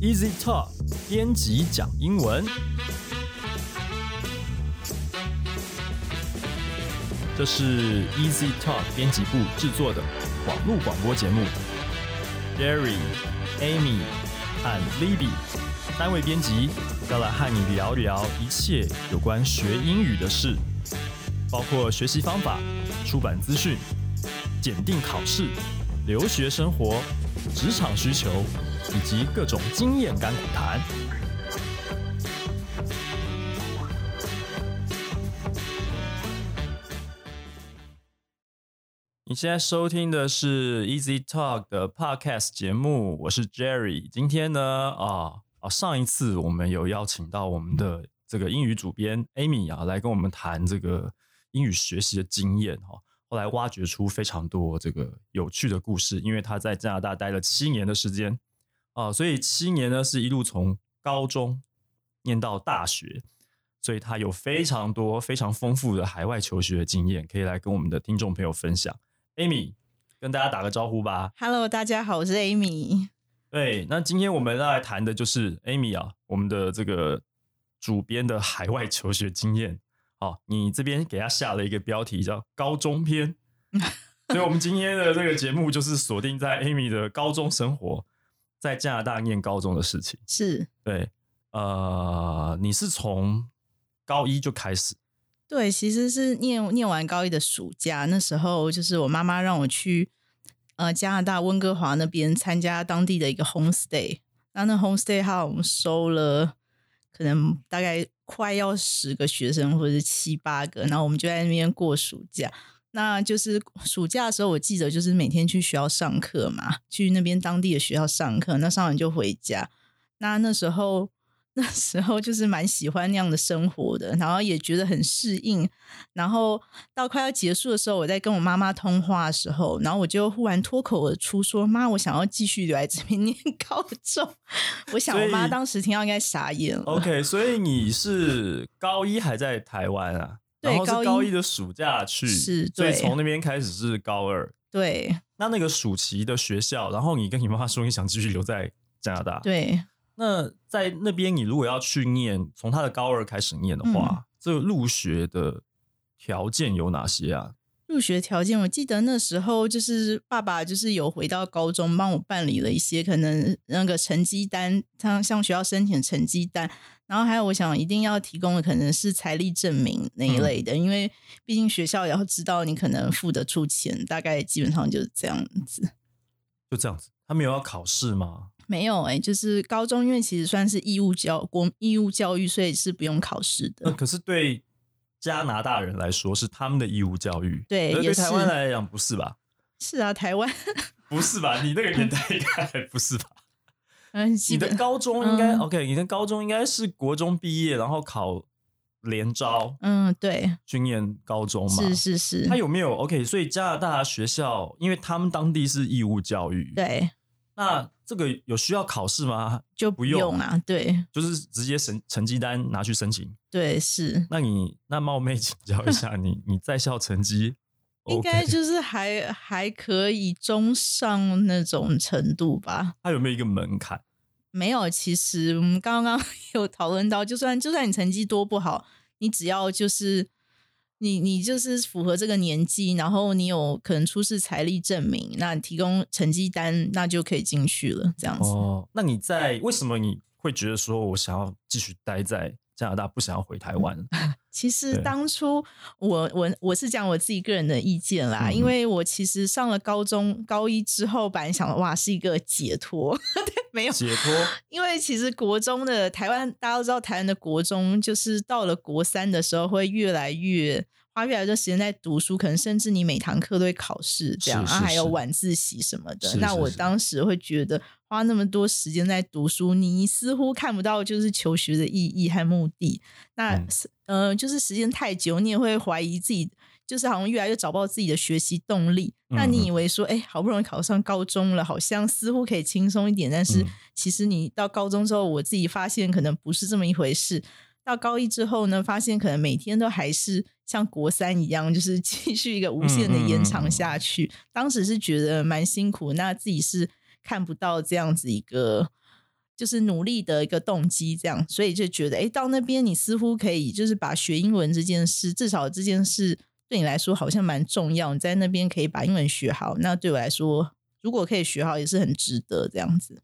Easy Talk 编辑讲英文。这是 Easy Talk 编辑部制作的网络广播节目。Jerry、Amy 和 Libby 三位编辑要来和你聊聊一切有关学英语的事，包括学习方法、出版资讯、检定考试、留学生活、职场需求以及各种经验干苦谈。你现在收听的是 Easy Talk 的 Podcast 节目，我是 Jerry。今天呢，啊啊，上一次我们有邀请到我们的这个英语主编 Amy 啊，来跟我们谈这个英语学习的经验哈、后来挖掘出非常多这个有趣的故事，因为她在加拿大待了七年的时间啊，所以七年呢是一路从高中念到大学，所以她有非常多非常丰富的海外求学的经验，可以来跟我们的听众朋友分享。Amy 跟大家打个招呼吧。 Hello，大家好，我是 Amy。对，那今天我们要来谈的就是 Amy 啊，我们的这个主编的海外求学经验。好，你这边给他下了一个标题叫“高中篇”，所以我们今天的这个节目就是锁定在 Amy 的高中生活，在加拿大念高中的事情。是，对，呃，你是从高一就开始，对，其实是念念完高一的暑假，那时候就是我妈妈让我去呃加拿大温哥华那边参加当地的一个 homestay，那那 homestay 它我们收了可能大概快要十个学生或者是七八个，然后我们就在那边过暑假。那就是暑假的时候，我记得就是每天去学校上课嘛，去那边当地的学校上课，那上完就回家。那那时候 那时候就是蛮喜欢那样的生活的，然后也觉得很适应。然后到快要结束的时候，我在跟我妈妈通话的时候，然后我就忽然脱口而出说：“妈，我想要继续留在这边念 高中。”我想我所妈以当时听到应该傻眼了。 OK，所以你是高一还在台湾啊？对然后是高一高一的暑假去，是所以对从那边开始是高二。对那那个暑期的学校，然后你跟你妈妈说你想继续留在加拿大，。对，那在那边你如果要去念，从他的高二开始念的嗯话，这个入学的条件有哪些啊？入学条件，我记得那时候就是爸爸就是有回到高中帮我办理了一些可能那个成绩单，像向学校申请成绩单，然后还有我想一定要提供的可能是财力证明那嗯一类的，因为毕竟学校也要知道你可能付得出钱，大概基本上就是这样子。就这样子，他没有要考试 吗？没有哎、就是高中因为其实算是义务教国义务教育，所以是不用考试那的。可是对加拿大人来说是他们的义务教育，对可是对也是台湾来讲不是吧？ 是啊，台湾不是吧？你那个年代应该还不是吧？嗯，你 基的本高中应该、嗯 OK，你的高中应该是国中毕业，然后考联招嗯对，去念高中嘛？是是是，他有没有 OK？所以加拿大学校，因为他们当地是义务教育，，对那这个有需要考试吗？就不不用用啊，对。就是直接成成绩单拿去申请。对，是，那你那冒昧请教一 下，你你在校成绩应该 OK？就是还还可以中上那种程度吧。他有没有一个门槛？没有，其实我们刚刚 有讨论到，就算就算你成绩多不好，你只要就是你你就是符合这个年纪，然后你有可能出示财力证明，那你提供成绩单，那就可以进去了。这样子，哦，那你在为什么你会觉得说我想要继续待在加拿大，不想要回台 湾？其实对当初我我我是讲我自己个人的意见啦，嗯因为我其实上了高中高一之后，本来想哇是一个解脱，对，没有解脱因为其实国中的台湾，大家都知道，台湾的国中就是到了国三的时候，会越来越花越来越多时间在读书，可能甚至你每堂课都会考试这样，是是啊，还有是晚自习什么的。是那是我是当时会觉得花那么多时间在读书，你似乎看不到就是求学的意义和目的。那嗯是、呃，就是时间太久，你也会怀疑自己。就是好像越来越找不到自己的学习动力。那嗯嗯你以为说，哎、好不容易考上高中了，好像似乎可以轻松一点，但是嗯其实你到高中之后，我自己发现可能不是这么一回事。到高一之后呢，发现可能每天都还是像国三一样，就是继续一个无限的嗯延长下去。当时是觉得蛮辛苦，那自己是看不到这样子一个就是努力的一个动机，这样，所以就觉得，哎，到那边你似乎可以，就是把学英文这件事，至少这件事对你来说好像蛮重要。你在那边可以把英文学好，那对我来说，如果可以学好，也是很值得这样子。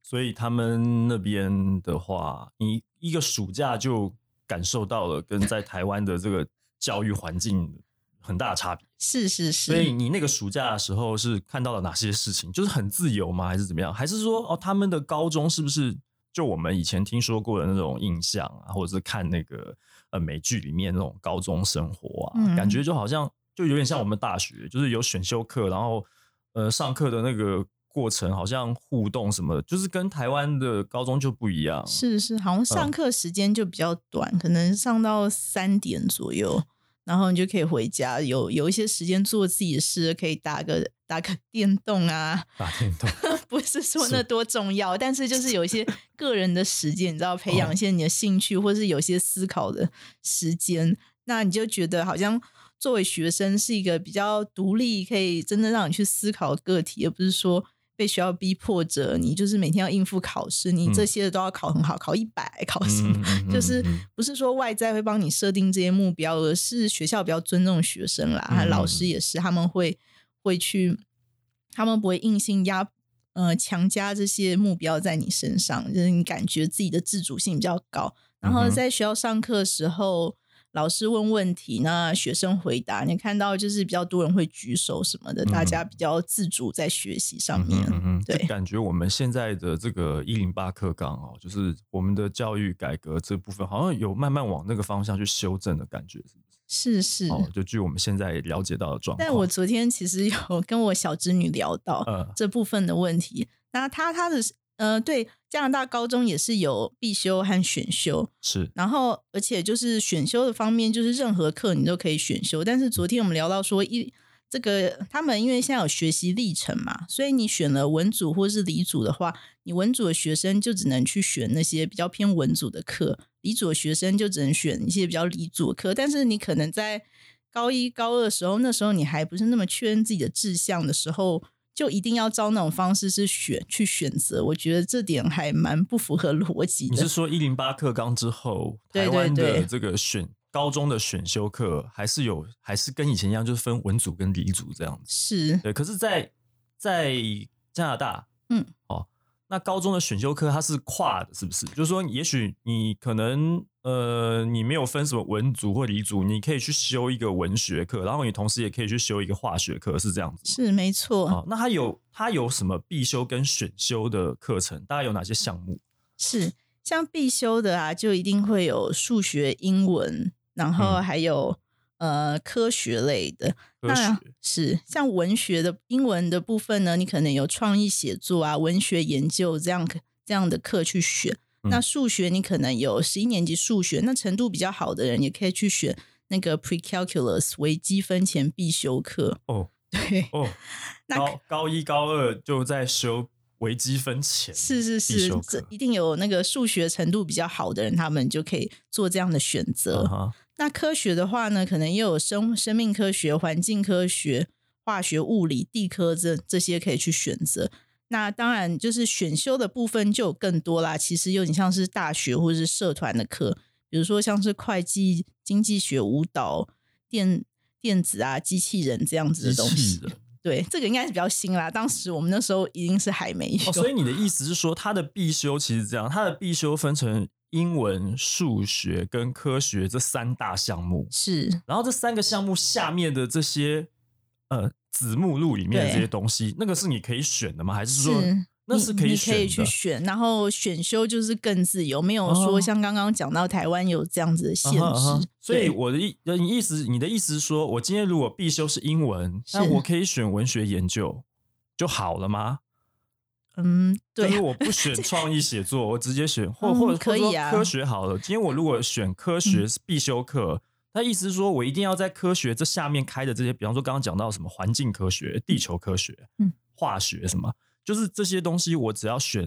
所以他们那边的话，你一个暑假就感受到了跟在台湾的这个教育环境很大的差别。是是所以是，你那个暑假的时候是看到了哪些事情？就是很自由吗？还是怎么样？还是说哦，他们的高中是不是就我们以前听说过的那种印象啊，或者是看那个呃美剧里面那种高中生活啊，嗯感觉就好像就有点像我们大学，就是有选修课，然后呃上课的那个过程好像互动什么，就是跟台湾的高中就不一样。是是，好像上课时间就比较短，可能上到三点左右，然后你就可以回家，有有一些时间做自己的事，可以打个打个电动啊，打电动不是说是那多重要，但是就是有 一些个人的时间，你知道，培养哦一些你的兴趣，或是有一些思考的时间，那你就觉得好像作为学生是一个比较独立，可以真的让你去思考的个体，而不是说被学校逼迫着你，就是每天要应付考试，你这嗯些都要考很好，考一百，考什么？嗯嗯嗯 就是嗯嗯不是说外在会帮你设定这些目标，而是学校比较尊重学生啦，嗯老师也是，他们会会去，他们不会硬性压呃强加这些目标在你身上，就是你感觉自己的自主性比较高。然嗯后哼在学校上课的时候，老师问问题，那学生回答，你看到就是比较多人会举手什么的，嗯大家比较自主在学习上面。嗯哼嗯哼对就感觉我们现在的这个一零八课纲哦，就是我们的教育改革这部分，好像有慢慢往那个方向去修正的感觉，是不是是。是哦，就据我们现在了解到的状况，但我昨天其实有跟我小侄女聊到，呃，这部分的问题。那他他的呃，对加拿大高中也是有必修和选修，是然后而且就是选修的方面，就是任何课你都可以选修。但是昨天我们聊到说一。这个他们因为现在有学习历程嘛，所以你选了文组或是理组的话，你文组的学生就只能去选那些比较偏文组的课，理组的学生就只能选一些比较理组的课。但是你可能在高一、高二的时候，那时候你还不是那么确认自己的志向的时候，就一定要照那种方式是选去选择。我觉得这点还蛮不符合逻辑你的是。说一零八课纲之后，对台湾对的对这个选高中的选修课还是有，还是跟以前一样，就是分文组跟理组这样子。是，对，可是在，在加拿大，嗯，哦，那高中的选修课它是跨的，是不是？就是说，也许你可能呃，你没有分什么文组或理组，你可以去修一个文学课，然后你同时也可以去修一个化学课，是这样子吗。是没错，哦，那它有它有什么必修跟选修的课程？大概有哪些项目？是像必修的啊，就一定会有数学、英文，然后嗯还有、呃科学类的。科那学是像文学的英文的部分呢，你可能有创意写作啊、文学研究这样这样的课去选。那嗯数学你可能有十一年级数学，那程度比较好的人也可以去选那个 Precalculus 微积分前必修课。哦对，哦，那高高一高二就在修微积分前，是是必是修，这课一定有那个数学程度比较好的人，他们就可以做这样的选择。嗯哼那科学的话呢，可能又有生生命科学、环境科学、化学、物理、地科这这些可以去选择。那当然就是选修的部分就有更多啦，其实有点像是大学或者是社团的课，比如说像是会计、经济学、舞蹈、电电子啊、机器人这样子机的东器西。人。对，这个应该是比较新啦，当时我们那时候一定是还没有。哦，所以你的意思是说，它的必修其实这样，它的必修分成英文、数学跟科学这三大项目， 是然后这三个项目下面的这些呃子目录里面的对这些东西，那个是你可以选的吗？还是说是那是可你以你可以选去的？选，然后选修就是更自由，没有哦说像刚刚讲到台湾有这样子的限啊制。哈啊哈所以对我的意，呃你意思，你的意思是说，我今天如果必修是英文，是那我可以选文学研究就好了吗？嗯，对就是，我不选创意写作，我直接选或嗯或者可以啊嗯或者说科学好了。今天我如果选科学是必修课，那意思是说我一定要在科学这下面开的这些，比方说刚刚讲到什么环境科学、地球科学、嗯化学什么，就是这些东西我只要选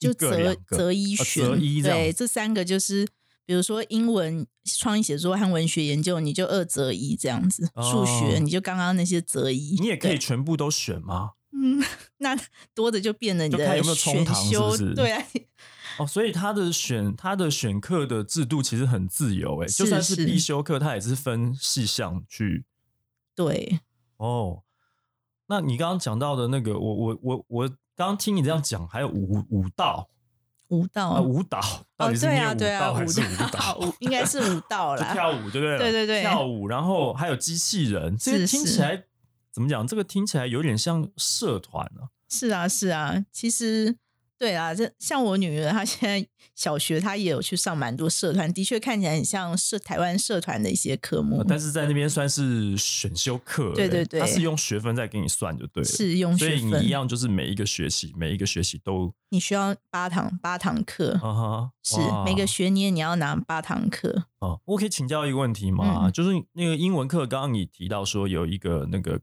一就个两择个择一呃选，择一这对，样。这三个就是。比如说英文创意写作和文学研究，你就二择一这样子；数哦学你就刚刚那些择一。你也可以对，全部都选吗？嗯，那多的就变了你就看的有没有冲选堂是不修，是对 啊，哦，所以他的选他的选课的制度其实很自由诶、就是算是是必修课，它也是分细项去对，哦。那你刚刚讲到的那个，我我我我刚刚听你这样讲，还有舞舞蹈舞蹈啊，舞蹈 到哦，底是对念啊，舞对啊，蹈还是舞蹈蹈？ 舞应该是 舞蹈就啦，跳舞，对不对？对对对跳舞，然后还有机器人，这是个听起是来怎么讲？这个听起来有点像社团啊。是啊，是啊，其实对啊，这像我女儿，她现在小学她也有去上蛮多社团，的确看起来很像社台湾社团的一些科目，哦但是在那边算是选修课、嗯对对欸对它是用学分在给你算就对了，是用所学以你分一，样就是每一个学期，每一个学期都你需要八堂八堂课，啊哈，是哇每个学年你要拿八堂课，哦。我可以请教一个问题吗？嗯就是那个英文课，刚刚你提到说有一个那个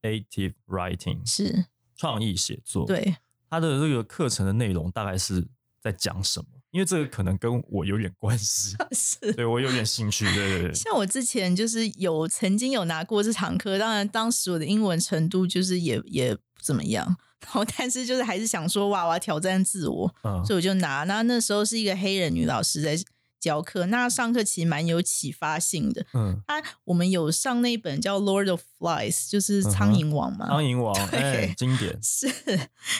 creative writing 是创意写作，，对，它的这个课程的内容大概是在讲什么？因为这个可能跟我有点关系，是。哦对我有点兴趣，对 对对，像我之前就是有曾经有拿过这堂课，当然当时我的英文程度就是也也不怎么样，然后但是就是还是想说哇，我要挑战自我，嗯所以我就拿。那那时候是一个黑人女老师在教课，那上课其实蛮有启发性的。嗯，她我们有上那一本叫《Lord of Flies》，就是《苍蝇王》嘛。嗯苍蝇王，对哎，经典， 是，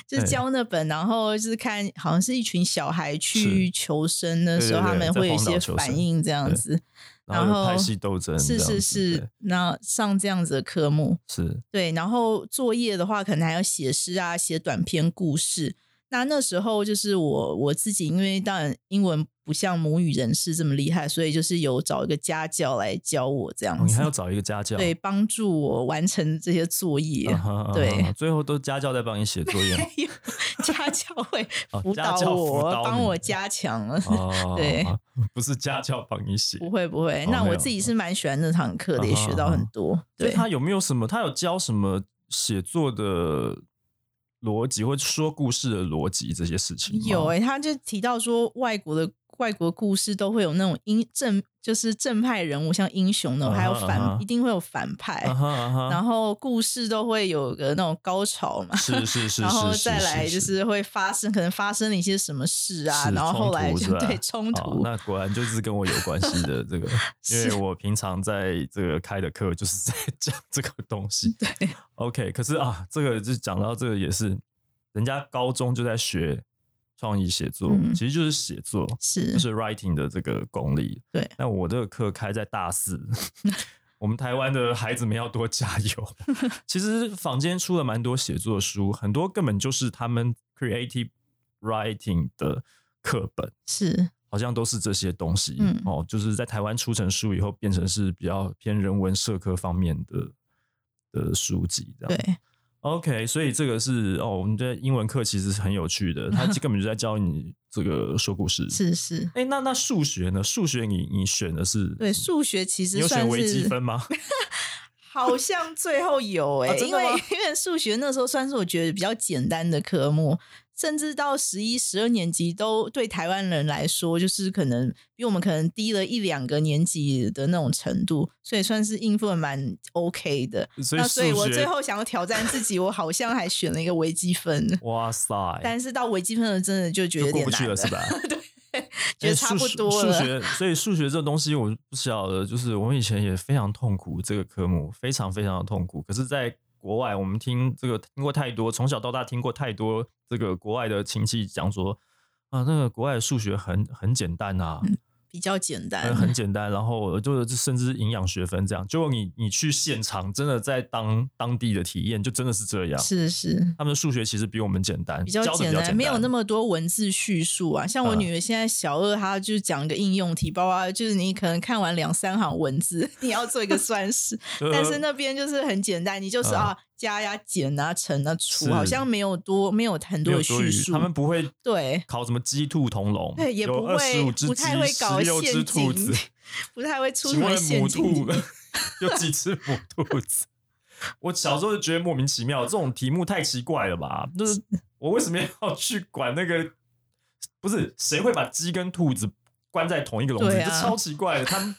就是教那本，然后就是看，好像是一群小孩去是求生的时对对候，对他们在会有一荒岛些求反生应这样对子。然然后有派后系斗争这是样子，是是对，那上这样子的科目，是，对，然后作业的话，可能还要写诗啊，写短篇故事。那那时候就是我我自己，因为当然英文不像母语人士这么厉害，所以就是有找一个家教来教我哦这样你子，还要找一个家教，对，帮助我完成这些作业。嗯哼，嗯哼对嗯哼最后都家教在帮你写作业吗 还 有家教会 哦辅家导教辅我，导帮你我加强了。哦，对， 不是家教帮你写。 不会不会，哦那没我有自己是蛮喜欢那堂课的，也学到啊哈啊很哈多。所以对，他有没有什么？他有教什么写作的逻辑，或者说故事的逻辑这些事情吗？有欸诶、他就提到说，外国的外国故事都会有那种英正，就是正派人物，像英雄那种，还有啊哈反，啊哈一定会有反派，啊哈啊哈， 然后故事都会有个那种高潮嘛。是是是是， 然后是再来就是会发生，可能发生了一些什么事啊，是然后后来冲突就是吧 对冲哦突，那果然就是跟我有关系的这 个，因为是我平常在这个开的课就是在讲这个东西。 对，OK，可是啊，这个就讲到这个也是，人家高中就在学创意写作，嗯其实就是写作，就是是 writing 的这个功力。对，那我这个课开在大 四，我们台湾的孩子们要多加油。 其实坊间出了蛮多写作书，很多根本就是他们 creative writing 的课本，是好像都是这些东西。嗯哦，就是在台湾出成书以后，变成是比较偏人文社科方面的的书籍这样。对。 OK，所以这个是哦，我们的英文课其实是很有趣 的，它根本就在教你这个说故事。是是，哎，那那数学呢？数学你你选的是对数学其你实有选算微积是分 吗？好像最后有哎、啊真因的为吗因为数学那时候算是我觉得比较简单的科目，甚至到十一、十二年级都对台湾人来说，就是可能比我们可能低了一两个年级的那种程度，所以算是应付的蛮 OK 的。所以那数啊所以学，我最后想要挑战自己，我好像还选了一个微 积分，哇塞，但是到微积分的真的就觉得就有过不点去难了是吧？觉哎得数差不学多数了。学，所以数学这东西我不晓得，就是我们以前也非常痛苦这个科目，非常非常的痛苦。可是，在国外，我们听这个听过太多，从小到大听过太多这个国外的亲戚讲说，啊，那个国外的数学很很简单啊，比较简单，很很简单，然后就是甚至营养学分这样。就你你去现场，真的在当当地的体验，就真的是这样。是是，他们的数学其实比我们简单，嗯比较教的简比较单，没有那么么多文字叙述啊。像我女儿现在小二，她就讲一个应用题，包括就是你可能看完两三行文字， 你要做一个 算式，呃但是那边就是很简单，你就是嗯啊加呀、减啊、乘啊、除，是好像没有多没有很没多有的多叙余，述他。们不会对考什么鸡兔同笼，对，也不二十会五只不鸡，太会搞十六只陷兔阱子。，不太会出什请么问陷母阱题兔 有几只母兔子？ 我小时候就觉得莫名其妙，这种题目太奇怪了吧？就是我为什么要去管那个？不是谁会把鸡跟兔子关在同一个笼子？对这啊超奇怪的。他们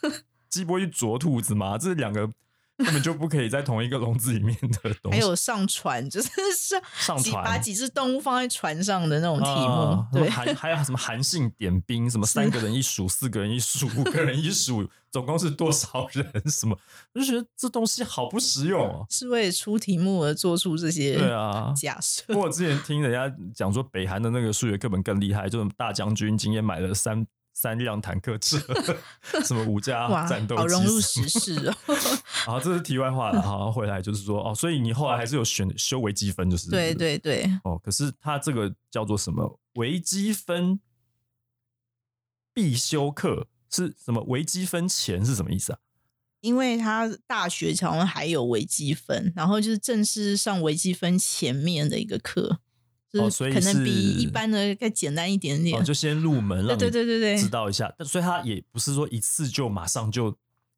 鸡不会去啄兔子吗？这是两个根本就不可以在同一个笼子里面的东还西有上船， 就是上上几把传。几只动物放在船上的那种题目，啊什么对，韩还有什么韩信点兵，什么三个人一数，四个人一数，五个人一数，总共是多少人？什么？我就觉得这东西好不实用哦。是为了出题目而做出这些对啊，假设。 不过我之前听人家讲说，北韩的那个数学课本更厉害，就是大将军今天买了三三辆坦克 车，什么五哇架，战斗机，好融入 时事哦！好，这是题外话了。好，回来就是说，哦，所以你后来还是有选修微积分，就是对。对对，哦，可是它这个叫做什么微积分必修课是什么？微积分前是什么意思啊？因为他大学好像还有微积分，然后就是正式上微积分前面的一个课，就哦所以可能比是一般的再简单一点点。哦，就先入门，让对你对对对对，知道一下。但所以它也不是说一次就马上就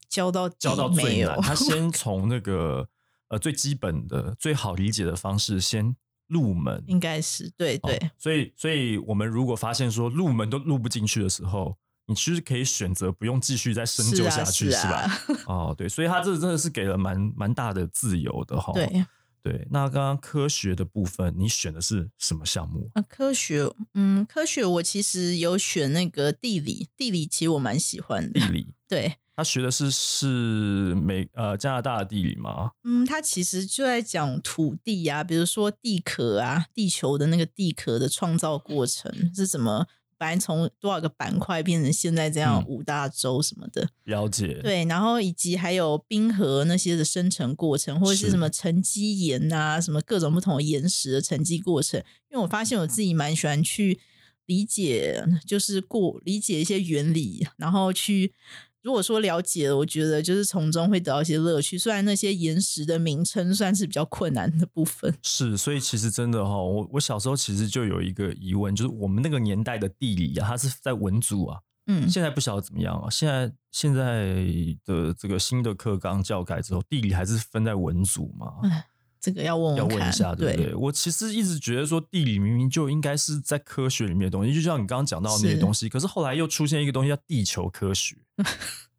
教到底教到没最有难，它先从那个呃最基本的、最好理解的方式先入门。 应该是对哦嗯对、所以，所以我们如果发现说入门都入不进去的时候，你其实可以选择不用继续再深究下去，是是啊吧？哦，对，所以他这真的是给了蛮蛮大的自由的哈、对。对，那刚刚科学的部分，你选的是什么项目？啊，科学，嗯，科学我其实有选那个地理，地理其实我蛮喜欢地的。理。对，他学的是是美呃加拿大的地理吗？嗯，它其实就在讲土地啊，比如说地壳啊，地球的那个地壳的创造过程是怎么，本来从多少个板块变成现在这样嗯五大洲什么的。了解。对，然后以及还有冰河那些的生成过程，或者是是什么沉积岩啊，什么各种不同的岩石的沉积过程。因为我发现我自己蛮喜欢去理解，就是过理解一些原理，然后去如果说了解了，我觉得就是从中会得到一些乐趣。虽然那些岩石的名称算是比较困难的部分，是，所以其实真的哈、我我小时候其实就有一个疑问，就是我们那个年代的地理啊，它是在文组啊，嗯，现在不晓得怎么样啊。现在现在的这个新的课纲教改之后，地理还是分在文组吗？哎这个要问要问问看，一下，对对不对？我其实一直觉得说，地理明明就应该是在科学里面的东西，就像你刚刚讲到的那些是东西。可是后来又出现一个东西叫地球科 学，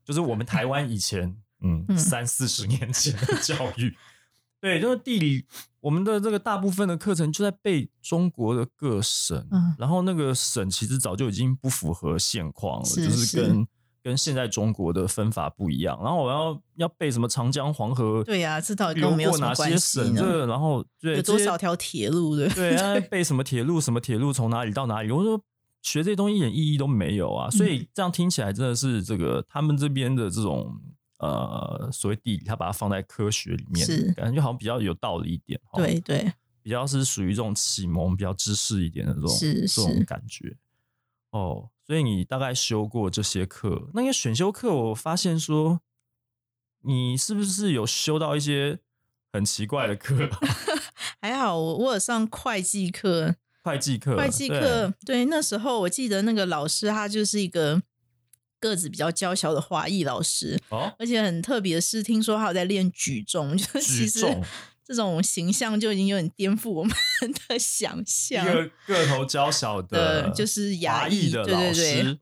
就是我们台湾以前，嗯，嗯三四十年前的教育， 对，就是地理，我们的这个大部分的课程就在背中国的各省，嗯然后那个省其实早就已经不符合现况了，是就是是跟。跟现在中国的分法不一样，然后我要要背什么长江、黄河，对呀、这到底跟流我们有过什么哪关些系省？呢这个然后对有这多些少条铁路对不 对啊，背什么铁路，什么铁路从哪里到哪里？我说学这些东西一点意义都没有啊！所嗯以这样听起来真的是这个他们这边的这种呃所谓地理，他把它放在科学里面，是感觉好像比较有道理一点。哦对对，比较是属于这种启蒙、比较知识一点的这种是这是种感觉。哦，所以你大概修过这些课，那个选修课，我发现说，你是不是有修到一些很奇怪的课？还好我我有上会计课，会计课，会计对课，对，那时候我记得那个老师他就是一个个子比较娇小的华裔老师，哦，而且很特别的是，听说他有在练举重， 就是其举实重，这种形象就已经有点颠覆我们的想一象。个个头娇小的，呃就是亚华裔裔的对对老对师。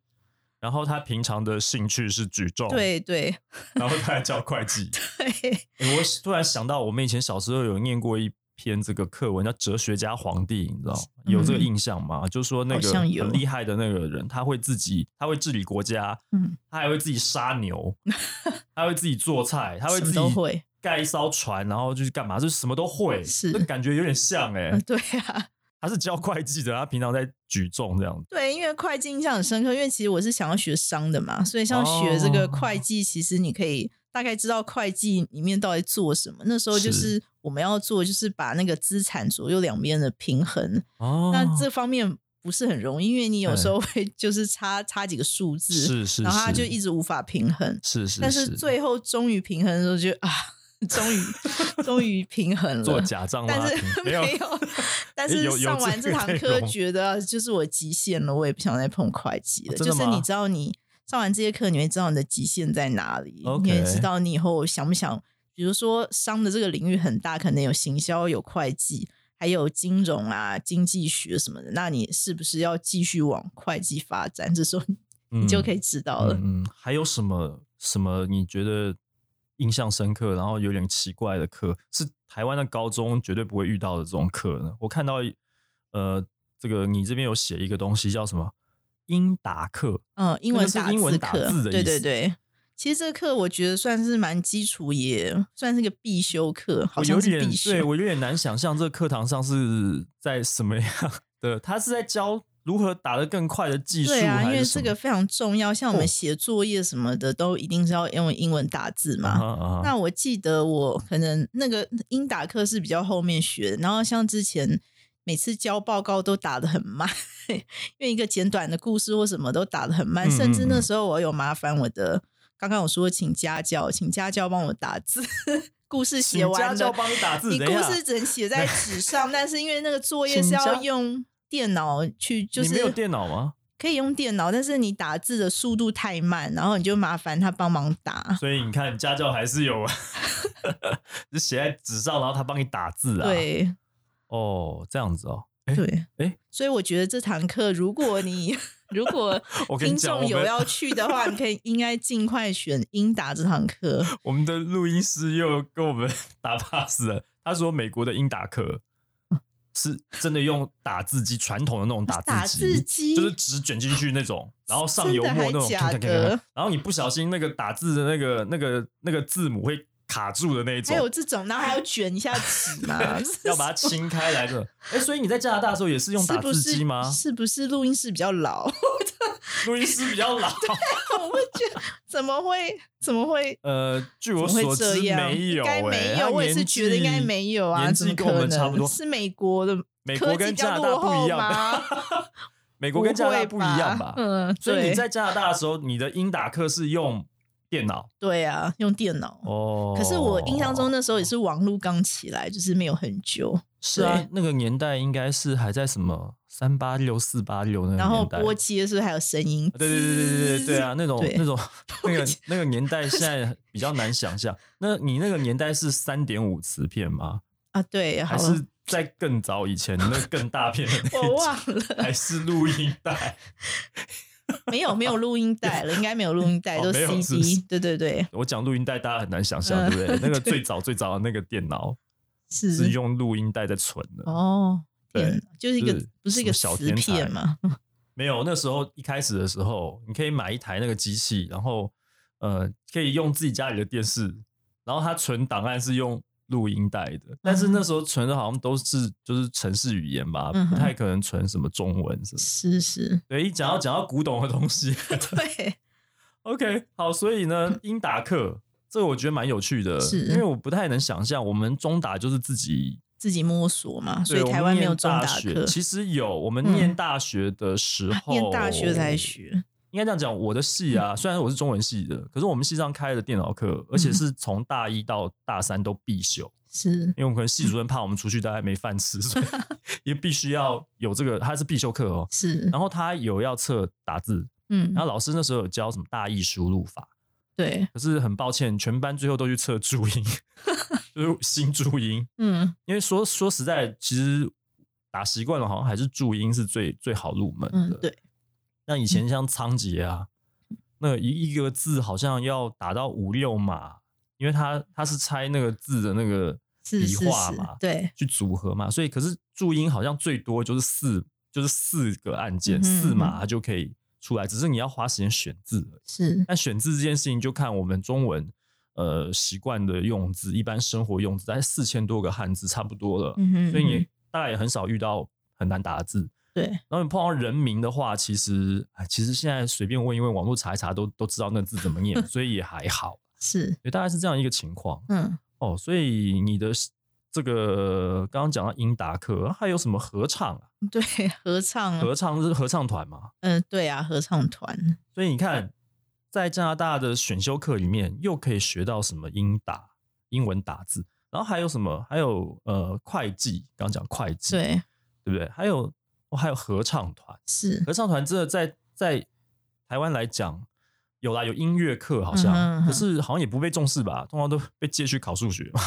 然后他平常的兴趣是举重，，对对然后他还教会计。 对，欸我突然想到，我们以前小时候有念过一篇这个课文，叫《哲学家皇帝》，你知道有这个嗯印象吗？就是说那好个像有很厉害的那个人，他会自己，他会治理国家，嗯，他还会自己杀牛， 他会自己做菜，他会自什么己都会盖一艘船，然后就是干嘛，就是什么都会，是这感觉有点 像哎、呃对啊，他是教会计的，他平常在举重这样子。对，因为会计印象很深刻，因为其实我是想要学商的嘛，所以像学这个哦会计，其实你可以大概知道会计里面到底做什么。那时候就是是我们要做，就是把那个资产左右两边的平衡。哦那这方面不是很容易，因为你有时候会就是差差几个数字，是是，然后它是就一直无法平衡。是是，但是最后终于平衡的时候就，啊，终于终于平衡了。做假账拉 但 是平没有有，但诶是有有上完这这个堂内课，容觉得啊就是我极限了，我也不想再碰会计了。哦真就的是吗你知道你上完这些课，你会知道你的极限在哪里，你也 OK 知道你以后想不想，比如说商的这个领域很大，可能有行销、有会计，还有金融啊、经济学什么的，那你是不是要继续往会计发展？这时候你你嗯你就可以知道了。嗯，嗯还有什么什么？你觉得印象深刻，然后有点奇怪的课，是台湾的高中绝对不会遇到的这种课呢？我看到，呃，这个你这边有写一个东西叫什么英打课，嗯，英那文个是打英文字打课，字的对意对思对。其实这课我觉得算是蛮基础，也算是个必修课，我好有像是点必对修。我有点难想象这个课堂上是在什么样的，他是在教如何打得更快的技术，对啊，因还为是什这么个非常重要，像我哦们写作业什么的，都一定是要用英文打字嘛。啊哈啊哈那我记得我可能那个英打课是比较后面学的，然后像之前每次交报告都打得很慢， 因为一个简短的故事或什么都打得很慢，嗯甚至嗯那嗯时候我有麻烦我的，刚刚我说请家教，请家教帮我打字， 故事写请家完教了，帮你打字，你等一故下事只 能写在纸上，但是因为那个作业请是家要用电脑去，就你是没有电脑吗？可以用电脑，但是你打字的速度太慢，然后你就麻烦他帮忙打。所以你看家教还是有， 就写在纸上，然后他帮你打字啊。，对，哦，这样子哦。哎对，诶所以我觉得这堂课，如果你 如果我跟听你讲，我众有们要去的话，你可以应该尽快选英达这堂课。我们的录音师又跟我们 打 pass 了。他说美国的英打课是真的用打字机，传统的那种打啊打字字机。机就是纸卷进去那种，然后上油墨那种，真的还咔咔咔咔假的咔 然后你不小心那个打字的那个那个那个字母会卡住的那一种，还，有这种，然后还要卷一下纸嘛要把它清开来的。哎，所以你在加拿大的时候也是用是打不字是机吗？是不是录音室比较老？ 录音师比较老。我会觉得怎么会怎么会？呃，据我怎么所会知这样？没有、欸，应该没他有，我也是年觉得应该纪没有啊，年怎么纪跟可我能们差不多，是美国的，美科国技跟比较加拿大落不后一样吗 的， 美国跟加拿大不不会一样吧吧？嗯，所以你对在加拿大的时候，你的英打课是用电脑对啊，用电脑。哦可是我印象中那时候也是网络刚起来，就是没有很久，是啊对，那个年代应该是还在什么三八六四八六那个然后年代。拨机的时候还有声音，啊对对对对对对对啊！那种对那种 那个那个年代现在比较难想象。那你那个年代是三点五磁片吗？啊，对，好还了是在更早以前那更大片的那种？ 我忘 了，还是录音 带？没有没有录音带了，应该没有录音带，哦都没有是不 CD，是对对对，我讲录音带，大家很难想象，嗯对不对？ 那个最早最早的那个电脑是是用录音带在存的，哦，对天哪，就是一个是不是一个什么小磁天才片嘛，没有。那时候一开始的时候，你可以买一台那个机器，然后呃，可以用自己家里的电视，然后它存档案是用录音带的，但是那时候存的好像都是就是城市语言吧，嗯嗯哼不太可能存什么中文是不是。是是， 对，一讲到讲到古董的东西 对， ，OK，好，所以呢，英达克这个我觉得蛮有趣的，是因为我不太能想象我们中打就是自己自己摸索嘛，所对，以我台们湾没念有中大打学课，其实有，我们嗯念大学的时啊候，念大学才。学，应该这样讲，我的系嗯啊，虽然我是中文系的，可是我们系上开的电脑课，而且是从大一到大三都必修，是因为我们可能系主任怕我们出去大概没饭吃， 所以也必须要有这个，它是必修课哦。是，然后他有要测打字，嗯然，后老师那时候有教什么大意输入法，对，可是很抱歉，全班最后都去测注 音，就是新注音。嗯因为说说实在，其实打习惯了，好像还是注音是最最好入门的。嗯，对，那以前像仓颉啊，嗯那一一个字好像要打到五六码，因为它它是拆那个字的那个是笔是画是嘛，，对，去组合嘛。所以可是注音好像最多就是四，就是四个按键，嗯哼四嗯哼码它就可以出来，只是你要花时间选字而已。是，但选字这件事情，就看我们中文呃习惯的用字，一般生活用字，大概四千多个汉字差不多了，嗯哼，所以嗯你大概也很少遇到很难打的字。对，然后你碰到人名的话，其实哎，其实现在随便问一问，网络查一查都都知道那字怎么念，所以也还好。是，对，大概是这样一个情况嗯，哦。所以你的这个刚刚讲到英达克，还有什么合唱啊？对， 合唱，合唱是合唱团嘛？嗯、对啊，合唱团，所以你看，在加拿大的选修课里面，又可以学到什么英打英文打字，然后还有什么？还有呃会计，刚刚讲会计，对，对不对？还有哦，还有合唱团，是，合唱团真的在在台湾来讲，有啦，有音乐课好像，嗯哼嗯哼可是好像也不被重视吧，通常都被借去考数 学嘛。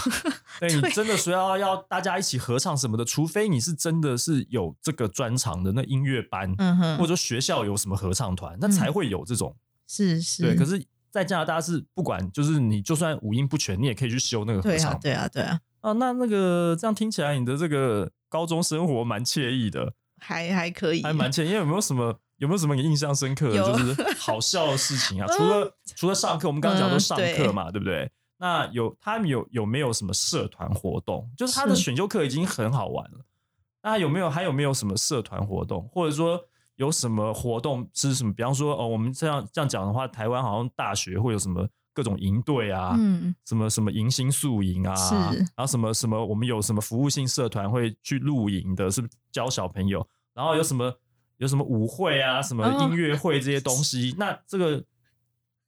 对你对真的说要要大家一起合唱什么的，除非你是真的是有这个专长的那音乐班，嗯哼，或者说学校有什么合唱团，那嗯才会有这种。是是，对，可是在加拿大是不管，就是你就算五音不全，你也可以去修那个合对唱啊，。对啊，对啊，啊，那那个这样听起来，你的这个高中生活蛮惬意的，还还可以，啊还蛮惬意。有没有什么有没有什么你印象深刻的，有就是好笑的事 情啊？嗯除了除了上课，我们刚刚讲都嗯上对课嘛，对不对？那有他们有有没有什么社团活动？就是他的是选修课已经很好玩了，那有没有还有没有什么社团活动，或者说有什么活动是什么？比方说哦，我们这样这样讲的话，台湾好像大学会有什么各种营队啊，嗯，什么什么迎新宿营啊，是然后什么什么我们有什么服务性社团会去露营的，是不是教小朋友，然后有什么有什么舞会啊，什么哦音乐会这些东西，那这个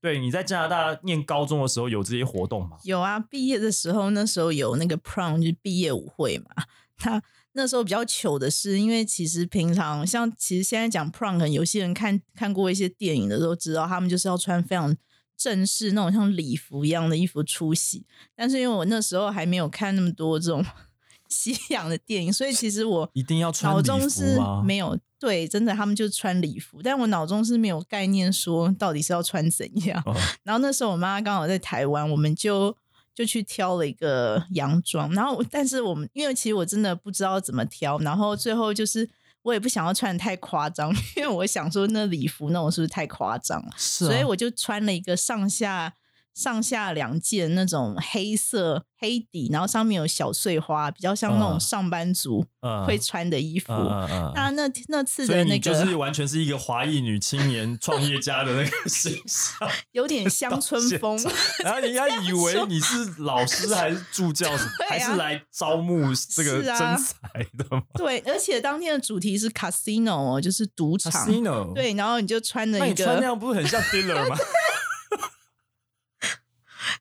对你在加拿大念高中的时候有这些活动吗？有啊，毕业的时候那时候有那个 prom 就是毕业舞会嘛。那那时候比较糗的是，因为其实平常像其实现在讲 prom，可能有些人看看过一些电影的都知道，他们就是要穿非常正式那种像礼服一样的衣服出席。但是因为我那时候还没有看那么多这种 西洋的电影，所以其实我一定要穿脑礼中服是吗？没有对，真的他们就穿礼服，但我脑中是没有概念说到底是要穿怎样。哦然后那时候我妈刚好在台湾，我们就就去挑了一个洋装。然后我，但是我们因为其实我真的不知道怎么挑，然后最后就是我也不想要穿的太夸张， 因为我想说那礼服那种是不是太夸张了？是啊，所以我就穿了一个上下上下两件那种黑色黑底，然后上面有小碎花，比较像嗯那种上班族嗯会穿的衣服。嗯嗯那那那次所以的那你个就是完全是一个华裔女青年创业家的那个形象， 有点乡村风， 然后人家以为你是老师还是助教什么，对啊还是来招募这个是真啊才的吗对，而且当天的主题是 casino，哦，就是赌场。 ？Casino，，对，然后你就穿了那一你穿那个，样不是很像 dealer 吗？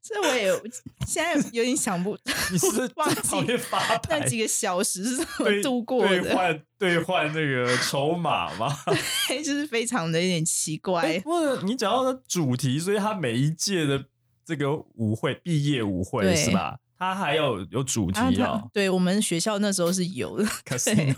这我也 现在有点 想不，你是不是忘在记旁边发那牌，几个小时是怎么对度过兑的，换兑换那个筹码吗？ 就是非常的有点奇哎，怪。啊不是你讲到的主题，所以他每一届的这个舞会毕业舞会对是吧？他还有有主然后题他哦对我们学校那时候是有的， ，Casino，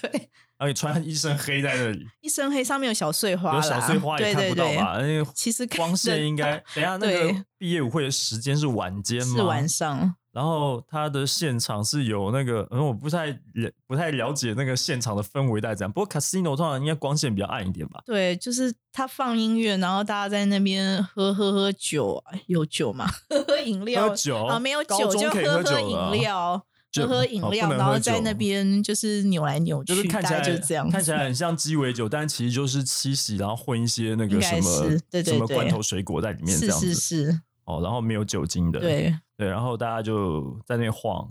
对，然后你穿一身黑在那里。一身黑上面有小碎花有啦，小碎花也对看对不到对，吧？那个其实看光线应该，等一下那个对毕业舞会的时间是晚间吗？是晚上，然后它的现场是有那个，嗯，我不太了不太了解那个现场的氛围带怎样。不过 casino 通常应该光线比较暗一点吧？对，就是他放音乐，然后大家在那边喝喝喝酒，哎有酒吗？ 喝喝饮料喝酒啊，没有高酒中就可以喝喝酒喝了饮料，就喝喝饮哦不料，能然喝后在酒那边就是扭来扭去，就是看起大来概就是这样。看起来很像鸡尾酒，但其实就是七喜，然后混一些那应个什该么是对对什么对罐头水果在里面这是样子是是，哦，然后没有酒精的，对，对，然后大家就在那边 晃。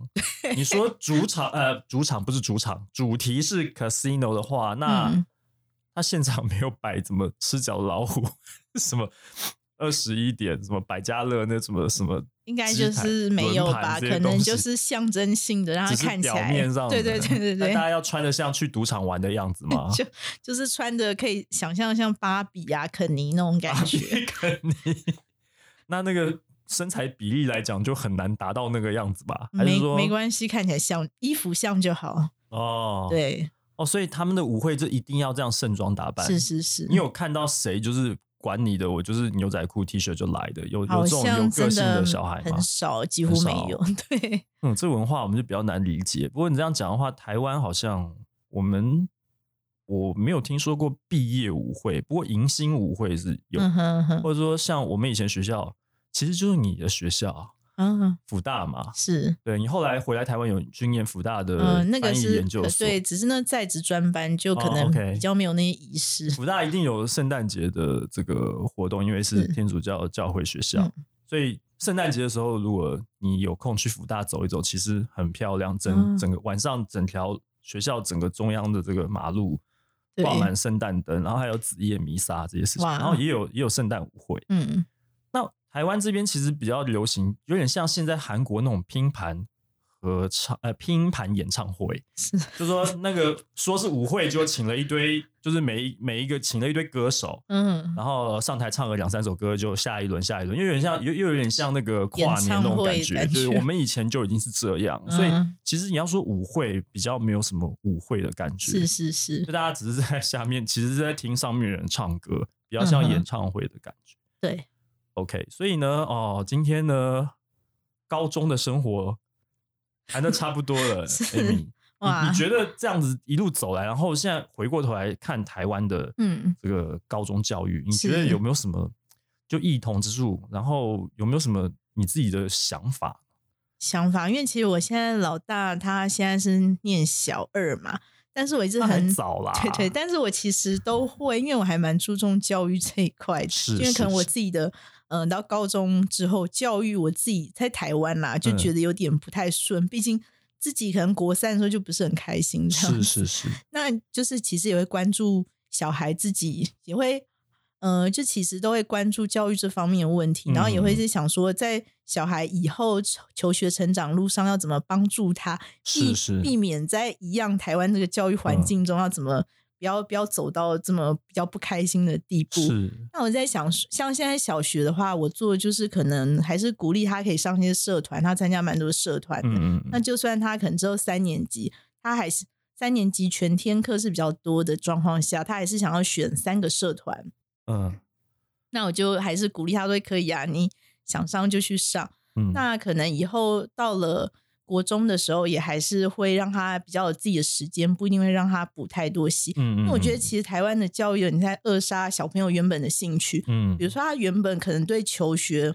你说主场呃，主场不是主场，主题是 casino 的话，那、嗯他现场没有摆怎么吃脚老虎什么二十一点什么百家乐那什么什么，应该机就台是没轮有盘吧，这些可东能就西是象征性的让只他是看起表来面上对的对对对那对大，家要穿的像去赌场玩的样子吗？ 就就是穿的可以想象像芭比啊、肯尼那种感觉。肯尼，那那个身材比例来讲就很难达到那个样子吧？还是没说没关系，看起来像衣服像就好。哦，对，哦，所以他们的舞会就一定要这样盛装打扮，是是是你，有看到谁就是管你的？我就是牛仔裤、T 恤就来的，有有好这种有像个真性的小孩吗很？少，几很乎没少有。 对，嗯，这文化我们就比较难理解。不过你这样讲的话，台湾好像我们我没有听说过毕业舞会，不过迎新舞会是有，嗯哼哼，或者说像我们以前学校，其实就是你的学校啊嗯哼，辅大嘛。是。对你后来回来台湾有去念辅大的嗯，那个翻译是研究可所，对，只是那在职专班就可哦能 OK 比较没有那些仪式。福大一定有圣诞节的这个活动，因为是是嗯天主教教会学校，所以圣诞节的时候，如果你有空去福大走一走，其实很漂亮，整、嗯整个晚上整条学校整个中央的这个马路对挂满圣诞灯，然后还有子夜弥撒这些事情，哇然后也有也有圣诞舞会。嗯，那台湾这边其实比较流行，有点像现在韩国那种拼盘合唱，呃，拼盘演唱会，是就说那个说是舞会，就请了一堆，就是每一每一个请了一堆歌手，嗯，然后上台唱个两三首歌，就下一轮下一轮，又有点像又又有点像那个跨年那种感演觉，唱会感觉就是我们以前就已经是这样，嗯所以其实你要说舞会比较没有什么舞会的感觉，是是是就，大家只是在下面，其实是在听上面人唱歌，比较像嗯哼演唱会的感觉。对， OK，所以呢，哦，今天呢，高中的生活谈的差不多了 是，Amy，你哇你，觉得这样子一路走来，然后现在回过头来看台湾的嗯这个高中教育，你觉得是有没有什么就异同之处？然后有没有什么你自己的想法？想法，因为其实我现在老大他现在是念小二嘛，但是我一直那还很早啦，对对，但是我其实都会，因为我还蛮注重教育这一块的，是因为是可能我是自己的，嗯、到高中之后教育我自己在台湾啦，就嗯觉得有点不太顺，毕竟自己可能国三的时候就不是很开心，这样是子是是，那就是其实也会关注小孩自己，也会，呃，就其实都会关注教育这方面的问题，然后嗯也会是想说，在小孩以后求求学成长路上要怎么帮助他，是避是嗯避免在一样台湾这个教育环境中要怎么不要不要走到这么比较不开心的地步。是那我在想，像现在小学的话，我做的就是可能还是鼓励他可以上一些社团，他参加蛮多社团的。嗯那嗯就算他可能只有三年级，他还是三年级全天课是比较多的状况下，他还是想要选三个社团。嗯那我就还是鼓励他说可以啊，你想上就去上。嗯，那可能以后到了国中的时候，也还是会让他比较有自己的时间，不一定会让他补太多习。嗯因为我觉得嗯其实台湾的教育，你在扼杀小朋友原本的兴趣。嗯比如说，他原本可能对求学，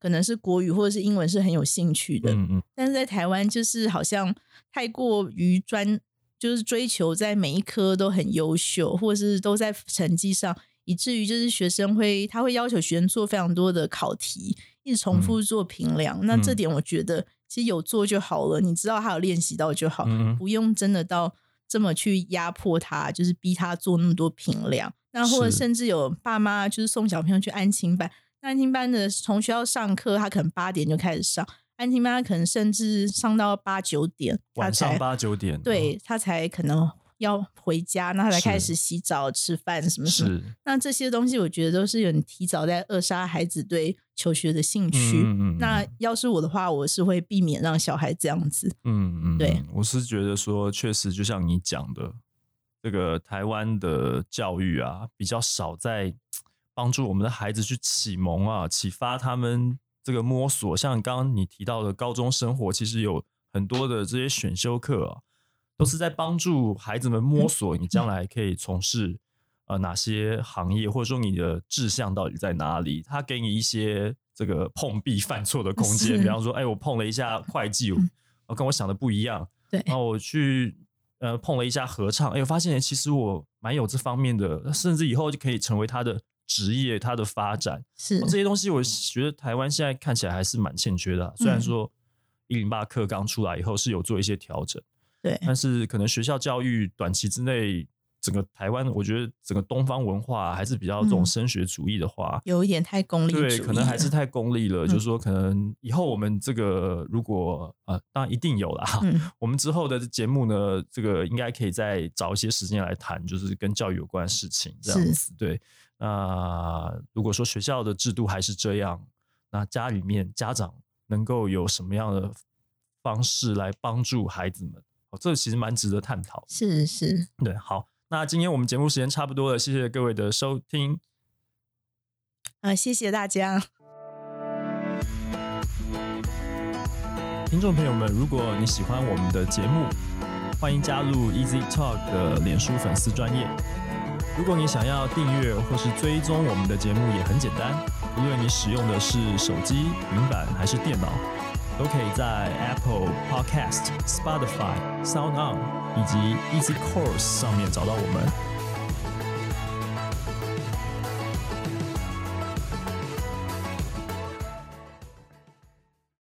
可能是国语或者是英文是很有兴趣的，嗯嗯但是在台湾就是好像太过于专，就是追求在每一科都很优秀，或是都在成绩上，以至于就是学生会他会要求学生做非常多的考题，一直重嗯复做评量。那这点我觉得其实有做就好了，你知道他有练习到就好，嗯嗯不用真的到这么去压迫他，就是逼他做那么多评量。那或者是甚至有爸妈就是送小朋友去安亲班，那安亲班的从学校上课，他可能八点就开始上，安亲班他可能甚至上到八九点，他晚上才八九点，对他才可能要回家，那他才是开始洗澡、吃饭什么什么。嗯是那这些东西我觉得都是有点提早在扼杀孩子对求学的兴趣。嗯嗯嗯那要是我的话，我是会避免让小孩这样子。嗯嗯，对嗯，我是觉得说，确实就像你讲的，这个台湾的教育啊，比较少在帮助我们的孩子去启蒙啊，启发他们这个摸索。像刚刚你提到的高中生活，其实有很多的这些选修课啊，都是在帮助孩子们摸索你将来可以从事呃哪些行业，或者说你的志向到底在哪里。他给你一些这个碰壁犯错的空间，是比方说，哎，我碰了一下会计，我哦，跟我想的不一样。对然后我去呃碰了一下合唱，哎，我发现其实我蛮有这方面的，甚至以后就可以成为他的职业、他的发展、是哦这些东西。我觉得台湾现在看起来还是蛮欠缺的啊、虽然嗯说一零八课刚出来以后是有做一些调整，对，但是可能学校教育短期之内。整个台湾，我觉得整个东方文化啊还是比较这种嗯升学主义的话，有一点太功利主义对，了，可能还是太功利了。就是嗯说，可能以后我们这个如果呃，当然一定有啦。嗯我们之后的节目呢，这个应该可以再找一些时间来谈，就是跟教育有关的事情这样是子。对，那、如果说学校的制度还是这样，那家里面家长能够有什么样的方式来帮助孩子们？哦，这其实蛮值得探讨。是是，对，好，那今天我们节目时间差不多了，谢谢各位的收听。呃，谢谢大家，听众朋友们，如果你喜欢我们的节目，欢迎加入 Easy Talk 的脸书粉丝专业。如果你想要订阅或是追踪我们的节目，也很简单，无论你使用的是手机、平板还是电脑，都可以在 Apple Podcast、Spotify、Sound On 以及 Easy Course 上面找到我们。